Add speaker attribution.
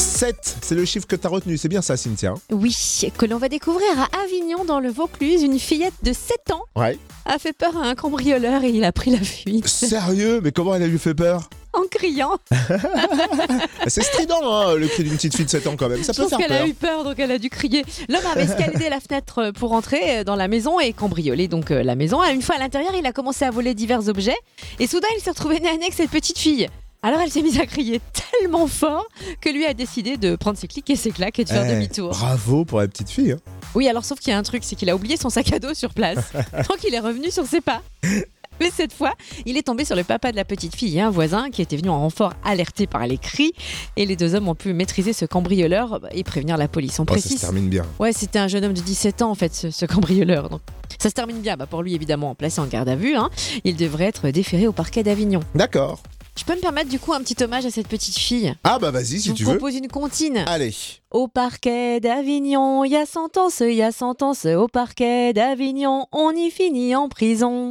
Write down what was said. Speaker 1: 7, c'est le chiffre que t'as retenu, c'est bien ça Cynthia hein
Speaker 2: Oui, que l'on va découvrir à Avignon dans le Vaucluse, une fillette de 7 ans
Speaker 1: Ouais.
Speaker 2: a fait peur à un cambrioleur et il a pris la fuite
Speaker 1: Sérieux Mais comment elle a lui fait peur
Speaker 2: en criant.
Speaker 1: C'est strident hein, le cri d'une petite fille de 7 ans quand même, ça
Speaker 2: Je
Speaker 1: peut
Speaker 2: pense
Speaker 1: faire
Speaker 2: qu'elle a
Speaker 1: peur.
Speaker 2: eu peur donc elle a dû crier. L'homme avait escaladé la fenêtre pour entrer dans la maison et cambriolé donc euh, la maison. Une fois à l'intérieur, il a commencé à voler divers objets et soudain il s'est retrouvé nez à nez avec cette petite fille. Alors elle s'est mise à crier tellement fort que lui a décidé de prendre ses clics et ses claques et de faire
Speaker 1: Eh,
Speaker 2: demi-tour.
Speaker 1: Bravo pour la petite fille. hein.
Speaker 2: Oui, alors sauf qu'il y a un truc, c'est qu'il a oublié son sac à dos sur place. Donc il est revenu sur ses pas. Mais cette fois, il est tombé sur le papa de la petite fille et un voisin qui était venu en renfort alerté par les cris. Et les deux hommes ont pu maîtriser ce cambrioleur et prévenir la police. On
Speaker 1: Oh, ça se
Speaker 2: précise.
Speaker 1: termine bien.
Speaker 2: Ouais, c'était un jeune homme de 17 ans en fait, ce, ce cambrioleur. Donc, ça se termine bien. Bah, pour lui, évidemment, placé en garde à vue. hein. Il devrait être déféré au parquet d'Avignon.
Speaker 1: D'accord.
Speaker 2: Je peux me permettre du coup un petit hommage à cette petite fille
Speaker 1: Ah bah vas-y
Speaker 2: Je
Speaker 1: si
Speaker 2: vous
Speaker 1: tu veux.
Speaker 2: propose une comptine.
Speaker 1: Allez.
Speaker 2: Au parquet d'Avignon, il y a sentence, il y a sentence. Au parquet d'Avignon, on y finit en prison.